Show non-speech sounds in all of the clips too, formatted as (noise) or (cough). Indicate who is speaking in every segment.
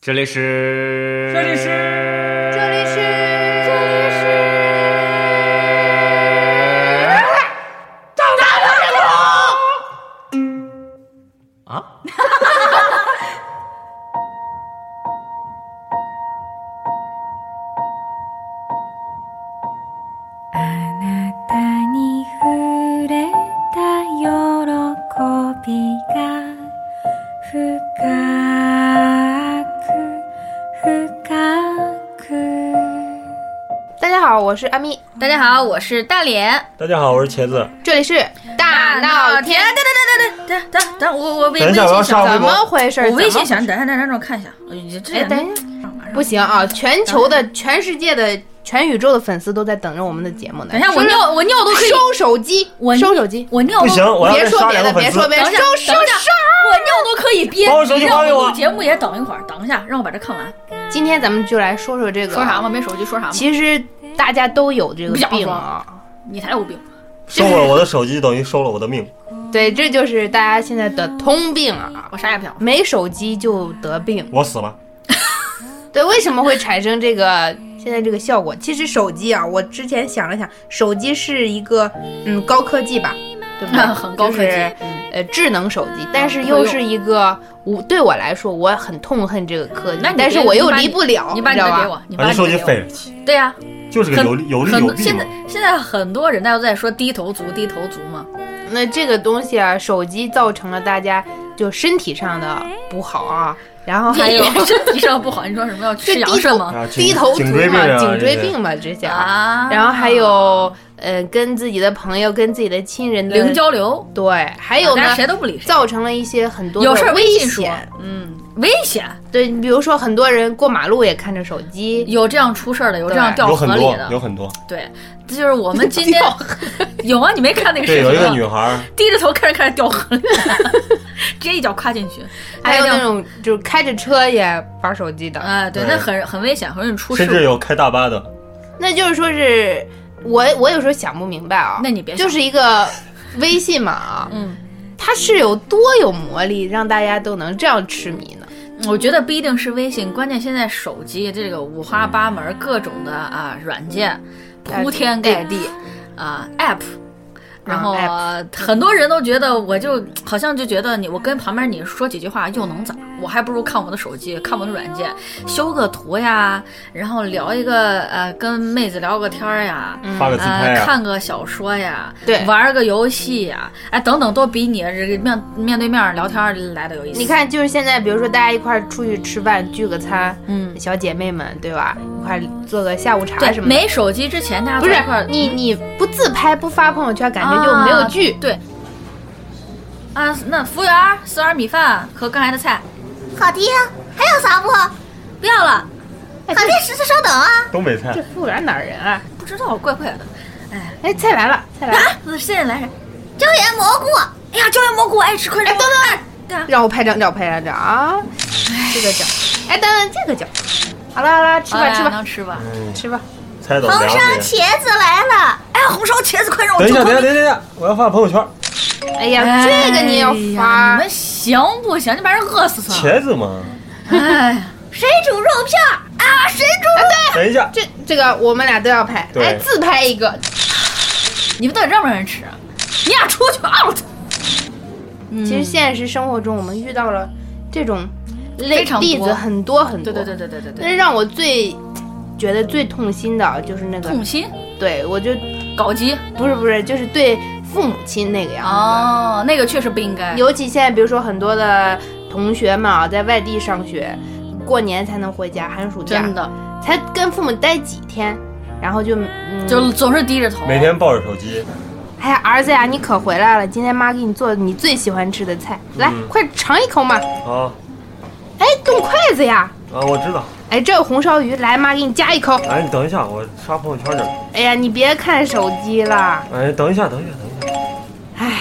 Speaker 1: 这里是，
Speaker 2: 这里是，
Speaker 3: 这里是，
Speaker 2: 这里是
Speaker 1: 啊，
Speaker 3: あなたに触れた喜びが深く深く
Speaker 4: 大家好，我是阿咪，
Speaker 2: 大家好，我是大脸。
Speaker 5: 大家好，我是茄子。
Speaker 4: 这里是大闹天。
Speaker 2: 等等等等等等等，我我微
Speaker 5: 等一
Speaker 2: 信
Speaker 5: 下我要
Speaker 2: 想
Speaker 5: 上微
Speaker 4: 怎
Speaker 5: 博
Speaker 4: 么回事？
Speaker 2: 我微
Speaker 4: 怎
Speaker 2: 信
Speaker 4: 么
Speaker 2: 想，等一下等一下让我看一下。哎你这
Speaker 4: 哎，等一下，不行啊！全球的、全世界的、全宇宙的粉丝都在等着我们的节目呢。
Speaker 2: 等一下我
Speaker 4: 收
Speaker 2: 尿我尿都可以，
Speaker 4: 收手机，
Speaker 2: 我
Speaker 4: 收手机，
Speaker 2: 我尿都
Speaker 5: 不行，我要
Speaker 4: 别
Speaker 5: 再
Speaker 4: 说
Speaker 5: 刷
Speaker 4: 别
Speaker 5: 两个
Speaker 4: 的，
Speaker 5: 粉
Speaker 4: 别
Speaker 5: 丝
Speaker 4: 说。别的，
Speaker 2: 等
Speaker 4: 收
Speaker 2: 一下
Speaker 4: 收
Speaker 2: 等一下
Speaker 4: 收。
Speaker 2: 我尿都可以憋。
Speaker 5: 把我手机
Speaker 2: 你让
Speaker 5: 还给我
Speaker 2: 录节目也等一会儿，等一下让我把这看完。
Speaker 4: 今天咱们就来说说这个，
Speaker 2: 说啥？嘛？没手机说啥嘛？
Speaker 4: 其实大家都有这个病啊。
Speaker 2: 你才有病。
Speaker 5: 收了我的手机，等于收了我的命。
Speaker 4: 对，这就是大家现在的通病啊，
Speaker 2: 我啥也不想。
Speaker 4: 没手机就得病。
Speaker 5: 我死了，
Speaker 4: 对，为什么会产生这个现在这个效果？其实手机啊，我之前想了想，手机是一个嗯高科技吧，对不对？
Speaker 2: (laughs) 很高科技嗯啊
Speaker 4: 就是呃，智能手机，但是又是一个我对我来说，我很痛恨这个科技
Speaker 2: 那，你
Speaker 4: 但是
Speaker 2: 别
Speaker 4: 我啊又
Speaker 2: 你把
Speaker 4: 离
Speaker 2: 你
Speaker 4: 不了，
Speaker 2: 你把你
Speaker 4: 知道
Speaker 2: 的
Speaker 4: 吧
Speaker 2: 给我，你
Speaker 5: 把
Speaker 2: 把
Speaker 5: 这
Speaker 2: 你
Speaker 5: 手机
Speaker 2: 的给
Speaker 5: 废
Speaker 2: 我。
Speaker 5: 了去，
Speaker 2: 对呀，
Speaker 5: 就是个
Speaker 2: 很
Speaker 5: 有利有利
Speaker 2: 很
Speaker 5: 有
Speaker 2: 多
Speaker 5: 弊
Speaker 2: 现
Speaker 5: 嘛
Speaker 2: 在。现在很多人大家都在说低头族，低头族嘛。
Speaker 4: 那这个东西啊，手机造成了大家就身体上的不好啊，然后
Speaker 2: (laughs)
Speaker 4: 还有
Speaker 2: 身体上不好，你说什么要
Speaker 4: 就
Speaker 2: 吃
Speaker 4: 低
Speaker 2: 羊
Speaker 4: 头
Speaker 2: 肾吗？
Speaker 5: 啊
Speaker 4: 低头族
Speaker 5: 颈椎病
Speaker 4: 嘛，
Speaker 5: 啊
Speaker 4: 颈椎
Speaker 5: 这些
Speaker 4: 病嘛，这些啊，
Speaker 2: 啊
Speaker 4: 然后还有呃，跟自己的朋友、跟自己的亲人的
Speaker 2: 零交流，
Speaker 4: 对，还有
Speaker 2: 大家
Speaker 4: 呢，
Speaker 2: 谁都不理谁，
Speaker 4: 造成了一些很多的
Speaker 2: 有事儿微
Speaker 4: 危
Speaker 2: 信说
Speaker 4: 险。，
Speaker 2: 嗯，危险，
Speaker 4: 对，你比如说很多人过马路也看着手机，
Speaker 2: 有这样出事儿的，有这样
Speaker 4: 对
Speaker 2: 掉
Speaker 5: 有很
Speaker 2: 河里
Speaker 5: 多，有
Speaker 2: 的，
Speaker 5: 很多。
Speaker 2: 对，这就是我们 (laughs) 今天有啊，你没看那个
Speaker 5: 对，
Speaker 2: 视频吗？
Speaker 5: 有一个女孩儿，
Speaker 2: 低着头看着看着掉 (laughs) 河里了，直接一脚跨进去，
Speaker 4: 还有
Speaker 2: 这
Speaker 4: 那
Speaker 2: 样。
Speaker 4: 种就是开着车也玩手机的，
Speaker 2: 啊，对，
Speaker 5: 对
Speaker 2: 那很很危险，很容易出事
Speaker 5: 甚至
Speaker 2: 故。
Speaker 5: 有开大巴的。
Speaker 4: 那就是说是我我有时候想不明白啊，
Speaker 2: 那你别想
Speaker 4: 就是一个微信嘛啊，
Speaker 2: (laughs) 嗯，
Speaker 4: 它是有多有魔力，让大家都能这样痴迷呢？
Speaker 2: 我觉得不一定是微信，关键现在手机这个五花八门，各种的啊软件铺天盖地啊 app。然后、啊
Speaker 4: 哎
Speaker 2: 很多人都觉得，我就好像就觉得你，我跟旁边你说几句话又能咋？我还不如看我的手机，看我的软件，修个图呀，然后聊一个呃，跟妹子聊个天儿呀，
Speaker 5: 发个自拍
Speaker 2: 呃，
Speaker 5: 啊，
Speaker 2: 看个小说呀，
Speaker 4: 对
Speaker 2: 玩个游戏呀，哎，等等，都比你这个面面对面聊天儿来的有意思。
Speaker 4: 你，看，就是现在，比如说大家一块儿出去吃饭聚个餐，
Speaker 2: 嗯，
Speaker 4: 小姐妹们对吧？一块儿做个下午茶
Speaker 2: 对，
Speaker 4: 什么的。
Speaker 2: 没手机之前大家
Speaker 4: 不
Speaker 2: 坐
Speaker 4: 是
Speaker 2: 一块儿
Speaker 4: 你你不自拍不发朋友圈，感觉就没有剧。
Speaker 2: 啊对。啊，那服务员儿，四碗米饭和刚才的菜，
Speaker 3: 好听，还有啥不？旁
Speaker 2: 不要了，
Speaker 3: 边十字稍等啊！
Speaker 5: 东北菜
Speaker 4: 哎这。服务员哪儿人啊？
Speaker 2: 不知道，怪怪的。哎，
Speaker 4: 哎，菜来了，菜来了，
Speaker 2: 那啊现在来人，
Speaker 3: 椒盐蘑菇，
Speaker 2: 哎呀，椒盐蘑菇，爱吃，快点！等等，对啊，
Speaker 4: 让我拍张照，拍张照啊！这个脚，哎，等等这个脚，好了好了，吃吧
Speaker 2: 哎
Speaker 4: 吃吧
Speaker 2: 能吃吧。
Speaker 5: 嗯，
Speaker 4: 吃吧。
Speaker 5: 猜到
Speaker 3: 红
Speaker 5: 凉
Speaker 3: 烧
Speaker 5: 的。
Speaker 3: 茄子来了，
Speaker 2: 哎呀，红烧茄子，快让我
Speaker 5: 等一
Speaker 2: 救
Speaker 5: 下，
Speaker 2: 命
Speaker 5: 等一下，等一下等一下，我要发朋友圈。
Speaker 4: 哎呀，这个你要
Speaker 2: 哎呀
Speaker 4: 发
Speaker 2: 你，们行不行？你把人饿死算了。
Speaker 5: 茄子嘛。
Speaker 2: 哎呀，
Speaker 3: 水煮肉片儿啊，水煮
Speaker 5: 等一下，
Speaker 4: 这这个我们俩都要拍，
Speaker 5: 对
Speaker 4: 哎，自拍一个。
Speaker 2: 你们到底让不让人吃啊？你俩出去 out！
Speaker 4: 其实现实生活中我们遇到了这种
Speaker 2: 非
Speaker 4: 例
Speaker 2: 常多
Speaker 4: 例子很多很
Speaker 2: 对
Speaker 4: 多。
Speaker 2: 对对对对对对，
Speaker 4: 但是让我最觉得最痛心的就是那个，
Speaker 2: 痛心
Speaker 4: 对我就
Speaker 2: 搞基
Speaker 4: 不是不是，就是对父母亲那个样子。
Speaker 2: 哦，那个确实不应该。
Speaker 4: 尤其现在，比如说很多的同学们啊，在外地上学，过年才能回家，寒暑假
Speaker 2: 真的，
Speaker 4: 才跟父母待几天，然后就嗯，
Speaker 2: 就总是低着头。
Speaker 5: 每天抱着手机，
Speaker 4: 哎呀，儿子呀，你可回来了，今天妈给你做你最喜欢吃的菜，来，
Speaker 5: 嗯
Speaker 4: 快尝一口嘛。
Speaker 5: 啊
Speaker 4: 哎，动筷子呀。
Speaker 5: 啊，我知道。
Speaker 4: 哎，这有红烧鱼，来妈给你夹一口。
Speaker 5: 哎，你等一下，我刷朋友圈去了。
Speaker 4: 哎呀，你别看手机了，
Speaker 5: 哎，等一下，等一下，等一下。
Speaker 4: 哎，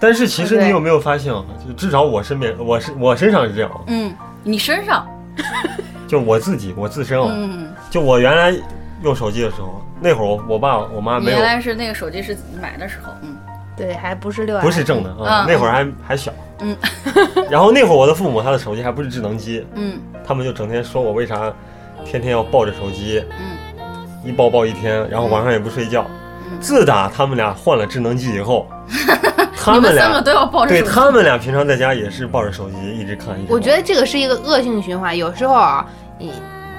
Speaker 5: 但是其实
Speaker 4: 对
Speaker 5: 你有没有发现啊？就至少我身边，我身我身上是这样啊。
Speaker 2: 嗯，你身上，
Speaker 5: 就我自己，我自身啊，
Speaker 2: 嗯，
Speaker 5: 就我原来用手机的时候，那会儿我我爸我妈
Speaker 2: 你
Speaker 5: 啊没有
Speaker 2: 原，来是那个手机是买的时候，嗯，
Speaker 4: 对，还不是六，
Speaker 5: 不是正的
Speaker 2: 嗯
Speaker 5: 啊，那会儿还还小，
Speaker 4: 嗯，
Speaker 2: (laughs)
Speaker 5: 然后那会儿我的父母他的手机还不是智能机，
Speaker 4: 嗯
Speaker 5: 他们就整天说我为啥天天要抱着手机，
Speaker 4: 嗯
Speaker 5: 一抱抱一天，然后晚上也不睡觉。
Speaker 4: 嗯
Speaker 5: 自打他们俩换了智能机以后，
Speaker 2: (laughs) 你
Speaker 5: 他
Speaker 2: 们三个
Speaker 5: 俩
Speaker 2: 都要抱着
Speaker 5: 对
Speaker 2: 手机。
Speaker 5: 他们俩平常在家也是抱着手机一直看。一直
Speaker 4: 我
Speaker 5: 玩
Speaker 4: 觉得这个是一个恶性循环。有时候啊，你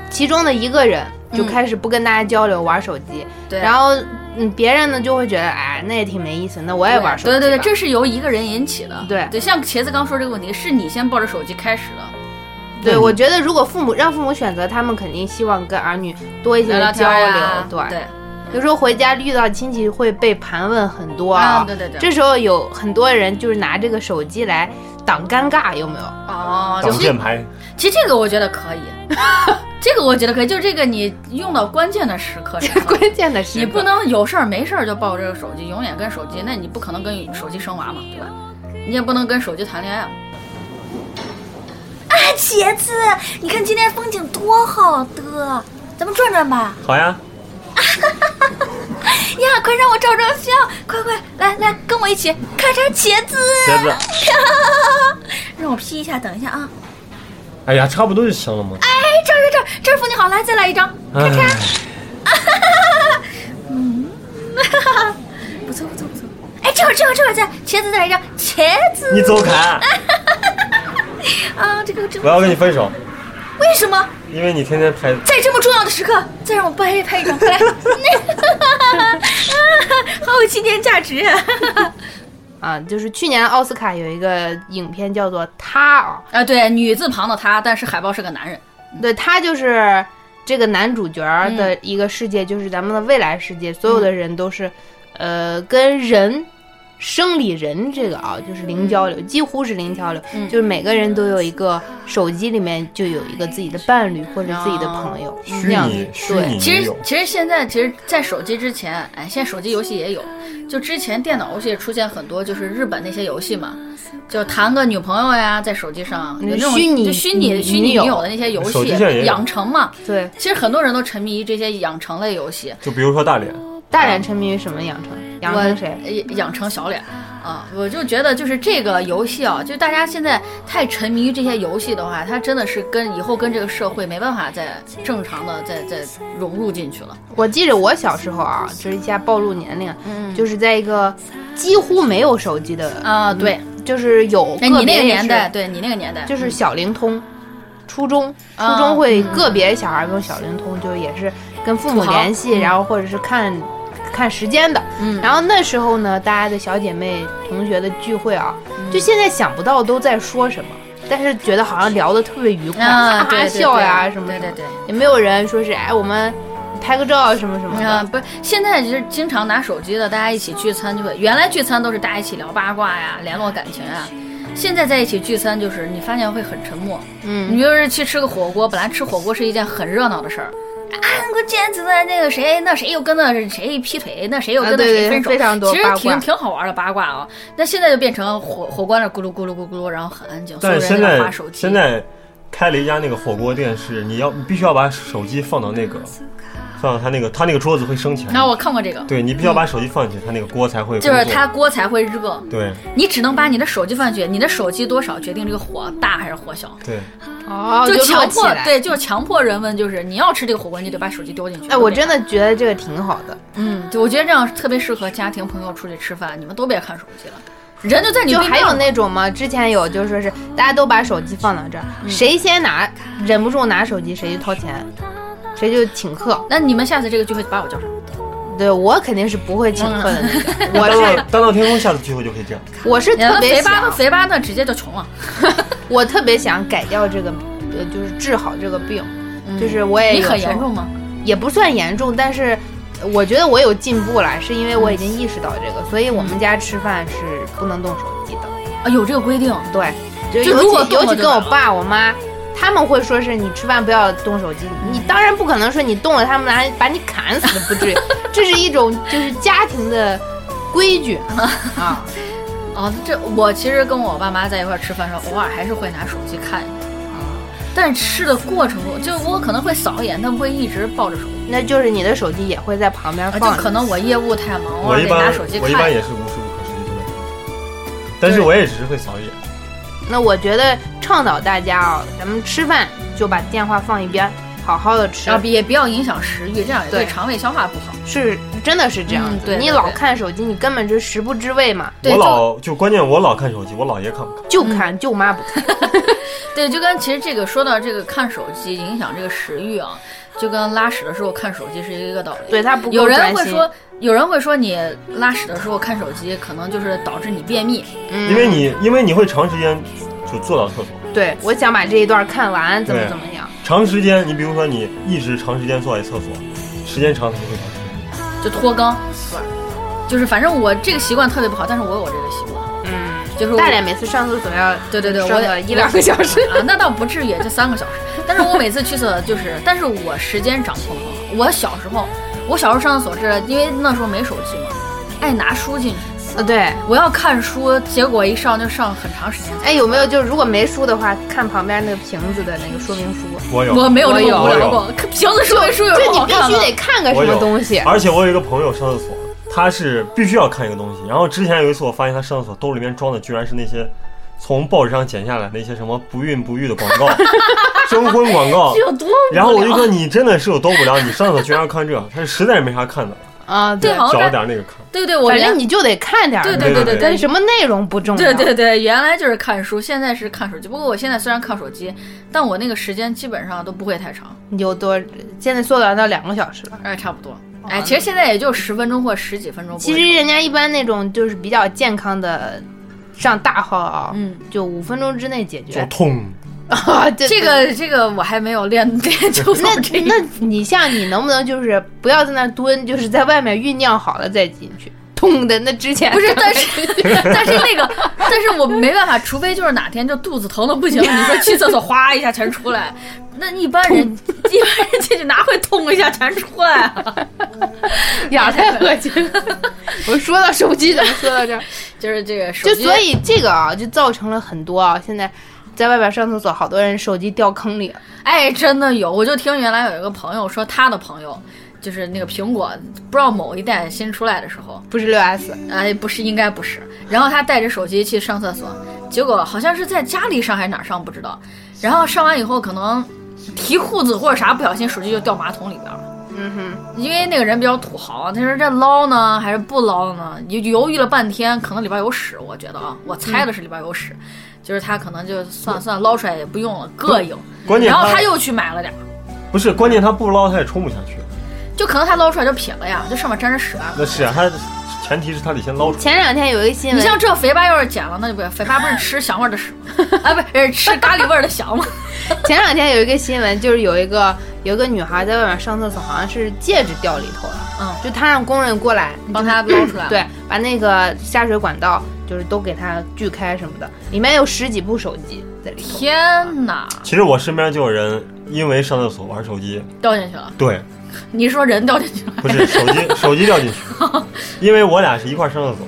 Speaker 4: 其中的一个人
Speaker 2: 嗯
Speaker 4: 就开始不跟大家交流，玩手机，
Speaker 2: 对，
Speaker 4: 然后嗯，别人呢就会觉得，哎，那也挺没意思，那我也玩手机
Speaker 2: 对
Speaker 4: 吧。
Speaker 2: 对对，这是由一个人引起的。
Speaker 4: 对
Speaker 2: 对，像茄子刚说这个问题，是你先抱着手机开始的，
Speaker 4: 对，我觉得如果父母让父母选择，他们肯定希望跟儿女多一些
Speaker 2: 聊聊
Speaker 4: 的
Speaker 2: 天
Speaker 4: 交
Speaker 2: 儿
Speaker 4: 流。
Speaker 2: 呀，
Speaker 4: 啊对，
Speaker 2: 对，
Speaker 4: 有时候回家遇到亲戚会被盘问很多
Speaker 2: 啊，对对对，
Speaker 4: 这时候有很多人就是拿这个手机来挡尴尬，有没有？。
Speaker 2: 哦，
Speaker 5: 挡
Speaker 2: 其实
Speaker 5: 箭牌，
Speaker 2: 其实这个我觉得可以， (laughs) 这个我觉得可以，就这个你用到关键的时刻上
Speaker 4: (laughs) 关键的是
Speaker 2: 你不能有事儿没事儿就抱着这个手机，永远跟手机，那你不可能跟手机生娃嘛，对吧？你也不能跟手机谈恋爱嘛。
Speaker 6: 茄子，你看今天风景多好的，咱们转转吧！
Speaker 5: 好呀，
Speaker 6: 呀，快让我照张相，快快来来，跟我一起咔嚓茄子，
Speaker 5: 茄子。
Speaker 6: (laughs) 让我 P 一下，等一下啊！
Speaker 5: 哎呀，差不多就行了嘛。
Speaker 6: 哎，这儿这儿这儿这儿风景好，来再来一张，
Speaker 5: 哎，
Speaker 6: 不错不错不错。哎，这会儿这会儿这会儿再茄子再来一张茄子
Speaker 5: 你走开，
Speaker 6: 啊！这个这
Speaker 5: 我
Speaker 6: 个
Speaker 5: 要跟你分手，
Speaker 6: 为什么
Speaker 5: 因为你天天拍。
Speaker 6: 在这么重要的时刻再让我拍拍一张？快来， (laughs) 那好有纪念价值。
Speaker 4: 啊，就是去年奥斯卡有一个影片叫做《他》啊，
Speaker 2: 啊，对，女字旁的他，但是海报是个男人。
Speaker 4: 对他就是这个男主角
Speaker 2: 嗯
Speaker 4: 儿的一个世界，就是咱们的未来世界，所有的人都是，呃，跟人。生理人这个啊，就是零交流，几乎是零交流，
Speaker 2: 嗯
Speaker 4: 就是每个人都有一个手机里面就有一个自己的伴侣或者自己的朋
Speaker 2: 哦
Speaker 4: 友，
Speaker 5: 虚
Speaker 4: 这样子
Speaker 5: 拟虚
Speaker 4: 对
Speaker 5: 拟
Speaker 2: 其
Speaker 5: 女
Speaker 2: 实
Speaker 5: 友，
Speaker 2: 其实现在其实，在手机之前，哎，现在手机游戏也有，就之前电脑游戏出现很多，就是日本那些游戏嘛，就谈个女朋友呀，在手机上有那种
Speaker 4: 嗯虚拟嗯
Speaker 2: 就虚拟
Speaker 4: 女
Speaker 2: 虚拟
Speaker 4: 女友
Speaker 2: 女友的那些游
Speaker 5: 手机上也
Speaker 2: 戏
Speaker 5: 有
Speaker 2: 养成嘛，
Speaker 4: 对。
Speaker 2: 其实很多人都沉迷于这些养成类游戏，
Speaker 5: 就比如说大脸，
Speaker 4: 大脸沉迷于什么养成？养成谁？
Speaker 2: 呃养成小脸啊，我就觉得就是这个游戏啊，就大家现在太沉迷于这些游戏的话，它真的是跟以后跟这个社会没办法再正常的再再融入进去了。
Speaker 4: 我记着我小时候啊，这是一下暴露年龄，
Speaker 2: 嗯
Speaker 4: 就是在一个几乎没有手机的，
Speaker 2: 啊，对，
Speaker 4: 就是有
Speaker 2: 哎，
Speaker 4: 个
Speaker 2: 你那
Speaker 4: 别
Speaker 2: 个
Speaker 4: 也
Speaker 2: 年
Speaker 4: 是
Speaker 2: 代，对你那个年代，
Speaker 4: 就是小灵通，初中初
Speaker 2: 啊
Speaker 4: 中会个别小孩用小灵通，就也是跟父母
Speaker 2: 土豪
Speaker 4: 联系，然后或者是看看时间的。
Speaker 2: 嗯
Speaker 4: 然后那时候呢，大家的小姐妹同学的聚会啊，
Speaker 2: 嗯
Speaker 4: 就现在想不到都在说什么，但是觉得好像聊得特别愉快，
Speaker 2: 啊，
Speaker 4: 哈
Speaker 2: 对
Speaker 4: 哈
Speaker 2: 对对
Speaker 4: 笑呀什么
Speaker 2: 对
Speaker 4: 的，
Speaker 2: 对对。
Speaker 4: 也没有人说是哎我们拍个照什么什么
Speaker 2: 啊，
Speaker 4: 的。
Speaker 2: 不是，现在就是经常拿手机的，大家一起聚餐就会。原来聚餐都是大家一起聊八卦呀，联络感情呀。现在在一起聚餐，就是你发现会很沉默。
Speaker 4: 嗯，
Speaker 2: 你就是去吃个火锅，本来吃火锅是一件很热闹的事儿，啊
Speaker 6: 过茄子的那个谁，
Speaker 2: 那谁又跟那谁劈腿，那谁又
Speaker 4: 啊
Speaker 2: 跟那
Speaker 4: 对
Speaker 2: 谁
Speaker 4: 对
Speaker 2: 分手，
Speaker 4: 非常多
Speaker 2: 其
Speaker 4: 八
Speaker 2: 实
Speaker 4: 卦
Speaker 2: 挺挺好玩的八卦啊。那现在就变成火火锅那咕噜咕噜咕噜，然后很安静，所有
Speaker 5: 但是现
Speaker 2: 人都在划
Speaker 5: 在
Speaker 2: 手机。
Speaker 5: 现在开了一家那个火锅店，是你要你必须要把手机放到那个放到他那个他那个桌子会升起来
Speaker 2: 啊然，后我看过这个，
Speaker 5: 对你必须要把手机放进去，他那个锅才会
Speaker 2: 就是
Speaker 5: 工作
Speaker 2: 它锅才会热，
Speaker 5: 对
Speaker 2: 你只能把你的手机放进去，你的手机多少决定这个火大还是火小。
Speaker 5: 对，
Speaker 4: 哦，
Speaker 2: 就
Speaker 4: 热
Speaker 2: 强
Speaker 4: 起
Speaker 2: 迫
Speaker 4: 来。
Speaker 2: 对，就是强迫人们，就是你要吃这个火锅，你得把手机丢进去。
Speaker 4: 哎，我真
Speaker 2: 的，
Speaker 4: 的觉得这个挺好的，
Speaker 2: 嗯，就我觉得这样特别适合家庭朋友出去吃饭，你们都别看手机了，人就在你
Speaker 4: 就
Speaker 2: 对面
Speaker 4: 还有
Speaker 2: 了
Speaker 4: 那种嘛，之前有就说是大家都把手机放到这儿，
Speaker 2: 嗯
Speaker 4: 谁先拿，忍不住拿手机谁就掏钱，谁就请客。
Speaker 2: 那你们下次这个聚会把我叫上。
Speaker 4: 对我肯定是不会请客的那个，我
Speaker 5: 大闹
Speaker 2: (laughs)
Speaker 4: 是
Speaker 5: 大闹天宫下次聚会就可以这样，
Speaker 4: 我是
Speaker 2: 嗯你们
Speaker 4: 特别
Speaker 2: 呃肥八的
Speaker 4: 想，
Speaker 2: 肥八的直接就穷了，
Speaker 4: 我特别想改掉这个，呃，就是治好这个病，就是我也
Speaker 2: 嗯你
Speaker 4: 有
Speaker 2: 很
Speaker 4: 时候
Speaker 2: 严，重吗？
Speaker 4: 也不算严重，但是。我觉得我有进步了，是因为我已经意识到这个，所以我们家吃饭是不能动手机的。
Speaker 2: 啊，有这个规定。
Speaker 4: 对，就
Speaker 2: 就
Speaker 4: 尤
Speaker 2: 如果
Speaker 4: 其尤
Speaker 2: 动了就
Speaker 4: 其跟我
Speaker 2: 完了
Speaker 4: 爸我妈，他们会说是你吃饭不要动手机，
Speaker 2: 嗯
Speaker 4: 你当然不可能说你动了他们拿把你砍死的，不
Speaker 2: (laughs)
Speaker 4: 至于，这是一种就是家庭的
Speaker 2: (laughs)
Speaker 4: 规矩啊。
Speaker 2: 哦，这我其实跟我爸妈在一块儿吃饭的时候，偶尔还是会拿手机看一下。但吃的过程中，就我可能会扫一眼，但不会一直抱着手机。
Speaker 4: 那就是你的手机也会在旁边
Speaker 2: 啊就
Speaker 4: 放啊着，
Speaker 2: 可能我业务太忙，偶
Speaker 5: 我
Speaker 2: 尔
Speaker 5: 一
Speaker 2: 得拿
Speaker 5: 般
Speaker 2: 手机
Speaker 5: 我
Speaker 2: 看
Speaker 5: 一般也是无时无刻手机都在手机，但是我也只是会扫一眼，
Speaker 4: 那我觉得倡导大家啊、咱们吃饭就把电话放一边，好好的吃
Speaker 2: 然，后也不要影响食欲，这样也对
Speaker 4: 对
Speaker 2: 肠胃消化不好。
Speaker 4: 是真的是这样
Speaker 2: 嗯
Speaker 4: 子。
Speaker 2: 对
Speaker 4: 你
Speaker 2: 对
Speaker 4: 老
Speaker 2: 对
Speaker 4: 看手机，你根本就食不知味嘛，
Speaker 2: 对，
Speaker 5: 我
Speaker 2: 就
Speaker 5: 老就关键我老看手机，我姥爷看不看？
Speaker 4: 就
Speaker 2: 嗯
Speaker 4: 看舅妈不看，
Speaker 2: 对，就跟其实这个说到这个看手机影响这个食欲啊，就跟拉屎的时候看手机是一个道理。
Speaker 4: 对她不够
Speaker 2: 有人
Speaker 4: 专
Speaker 2: 会
Speaker 4: 心
Speaker 2: 说，，有人会说你拉屎的时候看手机，可能就是导致你便秘。
Speaker 4: 嗯
Speaker 5: 因为你因为你会长时间就坐到厕所，
Speaker 4: 对我想把这一段看完，怎么
Speaker 5: 对
Speaker 4: 怎么样，
Speaker 5: 长时间你比如说你一直长时间坐在厕所，时间长了你会长。
Speaker 2: 就脱肛，就是反正我这个习惯特别不好，但是我有我这个习惯，
Speaker 4: 嗯，
Speaker 2: 就是我
Speaker 4: 大脸每次上厕所要
Speaker 2: 对对对，
Speaker 4: 上
Speaker 2: 我
Speaker 4: 个
Speaker 2: 得
Speaker 4: 一两个小时，
Speaker 2: (laughs) 啊，那倒不至于，就三个小时。但是我每次去厕所就是，但是我时间掌控很好。我小时候，我小时候上厕所是因为那时候没手机嘛，爱拿书进去，
Speaker 4: 呃，对。
Speaker 2: 我要看书，结果一上就上很长时间。
Speaker 4: 哎，有没有就是如果没书的话，看旁边那个瓶子的那个说明书？
Speaker 5: 我有，
Speaker 2: 我没有
Speaker 4: 我
Speaker 2: 那么
Speaker 4: 有
Speaker 2: 无
Speaker 5: 我
Speaker 2: 聊
Speaker 5: 有
Speaker 2: 过，可瓶子说明书有什么
Speaker 4: 就你
Speaker 2: 好
Speaker 4: 必
Speaker 2: 看
Speaker 4: 须
Speaker 2: 的？
Speaker 4: 得看个什
Speaker 5: 我
Speaker 4: 么
Speaker 5: 有
Speaker 4: 东西，啊
Speaker 5: 而且我有一个朋友上厕所，他是必须要看一个东西。然后之前有一次我发现他上厕所兜里面装的居然是那些从报纸上剪下来那些什么不孕不育的广告、 (laughs) 征婚广告。
Speaker 2: 有多无
Speaker 5: 然后我就
Speaker 2: 聊
Speaker 5: 说你真的是有多无聊，你上厕所居然要看这，他实在是没啥看的，
Speaker 4: 啊，
Speaker 2: 对，好
Speaker 5: 找
Speaker 2: 像
Speaker 5: 了
Speaker 2: 在
Speaker 5: 点那个看。
Speaker 2: 对对，我
Speaker 4: 反
Speaker 2: 原
Speaker 4: 正你就得看点儿，
Speaker 2: 对
Speaker 5: 对
Speaker 2: 对
Speaker 5: 对
Speaker 2: 对
Speaker 4: 但什么内容不重
Speaker 2: 对
Speaker 4: 要，
Speaker 2: 对对，原来就是看书，现在是看手机。不过我现在虽然看手机，但我那个时间基本上都不会太长，
Speaker 4: 你就多现在缩短到两个小时了。
Speaker 2: 哎，差不多。哎，其实现在也就十分钟或十几分钟不会
Speaker 4: 哦其
Speaker 2: 长。
Speaker 4: 实人家一般那种就是比较健康的，上大号啊，
Speaker 2: 嗯，
Speaker 4: 就五分钟之内解决
Speaker 5: 就。痛，
Speaker 4: 啊，对
Speaker 2: 这个这个我还没有练练
Speaker 4: (laughs)
Speaker 2: 就
Speaker 4: 那
Speaker 2: 到这一
Speaker 4: 那你像你能不能就是不要在那蹲，就是在外面酝酿好了再进去，痛的那之
Speaker 2: (laughs)
Speaker 4: 前
Speaker 2: 不
Speaker 4: (laughs)
Speaker 2: 是，但是但是那个，但是我没办法，除非就是哪天就肚子疼的不行，你说去厕所哗一下全出来，那一般
Speaker 4: (laughs)
Speaker 2: 人一般人进去哪会痛一下全出来啊？
Speaker 4: 呀太恶心了。我说到手机怎么说到 (laughs) 这儿？
Speaker 2: 就是这个手
Speaker 4: 就
Speaker 2: 机，
Speaker 4: 所以这个啊，就造成了很多啊，现在在外边上厕所，好多人手机掉坑里了。
Speaker 2: 哎，真的有，我就听原来有一个朋友说他的朋友。就是那个苹果，不知道某一代新出来的时候，
Speaker 4: 不是六 S，
Speaker 2: 哎，不是，应该不是。然后他带着手机去上厕所，结果好像是在家里上还是哪儿上不知道。然后上完以后，可能提裤子或者啥，不小心手机就掉马桶里边了。
Speaker 4: 嗯哼，
Speaker 2: 因为那个人比较土豪，啊他说这捞呢还是不捞呢？犹犹豫了半天，可能里边有屎，我觉得啊，我猜的是里边有屎，就是他可能就算算捞出来也不用了，膈应。
Speaker 5: 关键
Speaker 2: 然后他又去买了点儿，
Speaker 5: 不是关键，他不捞他也冲不下去。
Speaker 2: 就可能他捞出来就撇了呀，就上面沾着屎吧。
Speaker 5: 那是啊，他前提是他得先捞出来。
Speaker 4: 前两天有一个新
Speaker 2: 你
Speaker 4: 闻，
Speaker 2: 像这肥八要是捡了，那就不肥八不是吃香味儿的屎吗？哎，不是吃咖喱味儿的翔
Speaker 4: (laughs)
Speaker 2: 吗？
Speaker 4: (laughs) 前两天有一个新闻，就是有一个有一个女孩在外面上厕所，好像是戒指掉里头了，
Speaker 2: 嗯，
Speaker 4: 就她让工人过来
Speaker 2: 帮他捞出来。，
Speaker 4: 对，把那个下水管道就是都给它锯开什么的，里面有十几部手机在里头。
Speaker 2: 天哪，
Speaker 5: 其实我身边就有人因为上厕所玩手机，
Speaker 2: 掉进去了！
Speaker 5: 对，
Speaker 2: 你是说人掉进去了？
Speaker 5: 不是手机手机掉进去，因为我俩是一块儿上厕所，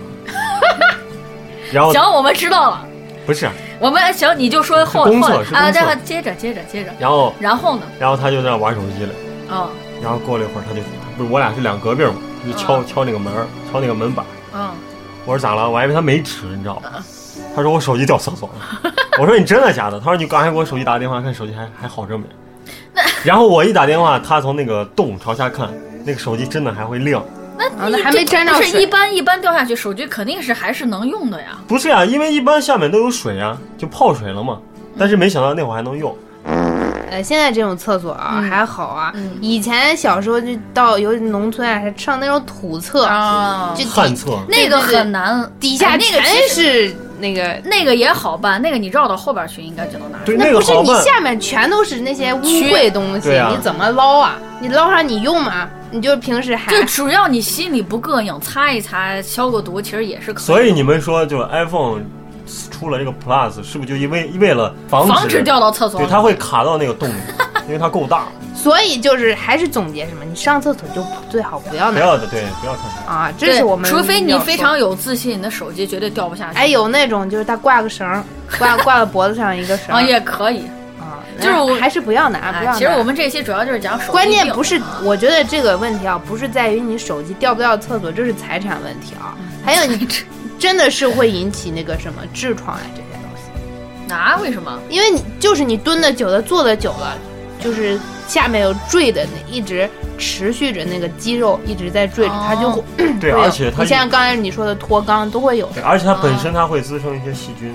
Speaker 5: 然后
Speaker 2: 行，我们知道了。
Speaker 5: 不是，
Speaker 2: 我们行，你就说后
Speaker 5: 是公
Speaker 2: 后
Speaker 5: 厕
Speaker 2: 来
Speaker 5: 是公
Speaker 2: 啊，这
Speaker 5: 厕
Speaker 2: 个接着接着接着，
Speaker 5: 然后
Speaker 2: 然后呢？
Speaker 5: 然后他就在那玩手机了，
Speaker 2: 嗯
Speaker 5: 然后过了一会儿他就不是我俩是两隔壁嘛，就敲、敲那个门儿敲那个门板，
Speaker 2: 嗯，
Speaker 5: 我说咋了？我还以为他没纸，你知道吗？他说我手机掉厕所了。我说你真的假的？他说你刚才给我手机打电话，看手机还还好着没。然后我一打电话，他从那个洞朝下看，那个手机真的还会亮。
Speaker 4: 啊那还没沾着
Speaker 2: 不是
Speaker 4: 水
Speaker 2: 一般一般掉下去，手机肯定是还是能用的呀。
Speaker 5: 不是呀、因为一般下面都有水啊，就泡水了嘛。但是没想到那会儿还能用。
Speaker 4: 呃，现在这种厕所啊、
Speaker 2: 嗯
Speaker 4: 还好啊，
Speaker 2: 嗯
Speaker 4: 以前小时候就到尤其农村啊，还上那种土厕，
Speaker 2: 啊
Speaker 4: 就
Speaker 5: 旱厕
Speaker 2: 那个
Speaker 4: 对对对
Speaker 2: 很难，
Speaker 4: 底下
Speaker 2: 哎那个
Speaker 4: 全
Speaker 2: 其实
Speaker 4: 是那个，
Speaker 2: 那个也好办，那个你绕到后边去应该就能拿出
Speaker 5: 对
Speaker 2: 来。
Speaker 5: 那
Speaker 4: 不
Speaker 5: 个
Speaker 4: 是
Speaker 5: 好
Speaker 4: 你
Speaker 5: 办，
Speaker 4: 下面全都是那些污秽东西，
Speaker 5: 对啊
Speaker 4: 你怎么捞啊？你捞上你用吗？你就平时还
Speaker 2: 就只要你心里不膈应，擦一擦，消个毒，其实也是可以。
Speaker 5: 所以你们说就 iPhone 出了这个 Plus，是不是就因为为了防止
Speaker 2: 防止掉到厕所
Speaker 5: 对，
Speaker 2: 里，
Speaker 5: 它会卡到那个洞里，因为它够大。
Speaker 4: 所以就是还是总结什么，你上厕所就最好不要
Speaker 5: 不
Speaker 4: 拿
Speaker 5: 要的，对，不要看它。
Speaker 4: 啊，这
Speaker 2: 对
Speaker 4: 是我们
Speaker 2: 除非你
Speaker 4: 要说
Speaker 2: 非常有自信，你的手机绝对掉不下去。
Speaker 4: 哎有那种就是他挂个
Speaker 2: (laughs)
Speaker 4: 绳儿，挂挂到脖子上一个绳儿
Speaker 2: 啊，也可以。
Speaker 4: 啊，
Speaker 2: 就是
Speaker 4: 那
Speaker 2: 我
Speaker 4: 还是不要拿，啊不
Speaker 2: 哎
Speaker 4: 要，拿。
Speaker 2: 其实我们这期主要就是讲手机病。
Speaker 4: (laughs) 关键不是，我觉得这个问题啊，不是在于你手机掉不掉厕所，这是财产
Speaker 2: 嗯 (laughs)
Speaker 4: 问题啊，还有你真的是会引起那个什么痔疮啊这些东西。
Speaker 2: 啊？为什么？
Speaker 4: 因为你就是你蹲的久了，坐的久了，就是下面有坠的，那一直持续着那个肌肉一直在坠着，它就会
Speaker 2: 哦
Speaker 5: 对，
Speaker 4: 会有
Speaker 5: 而且它
Speaker 4: 你像刚才你说的脱肛都会有的。
Speaker 5: 对，而且它本
Speaker 2: 嗯
Speaker 5: 身它会滋生一些细菌，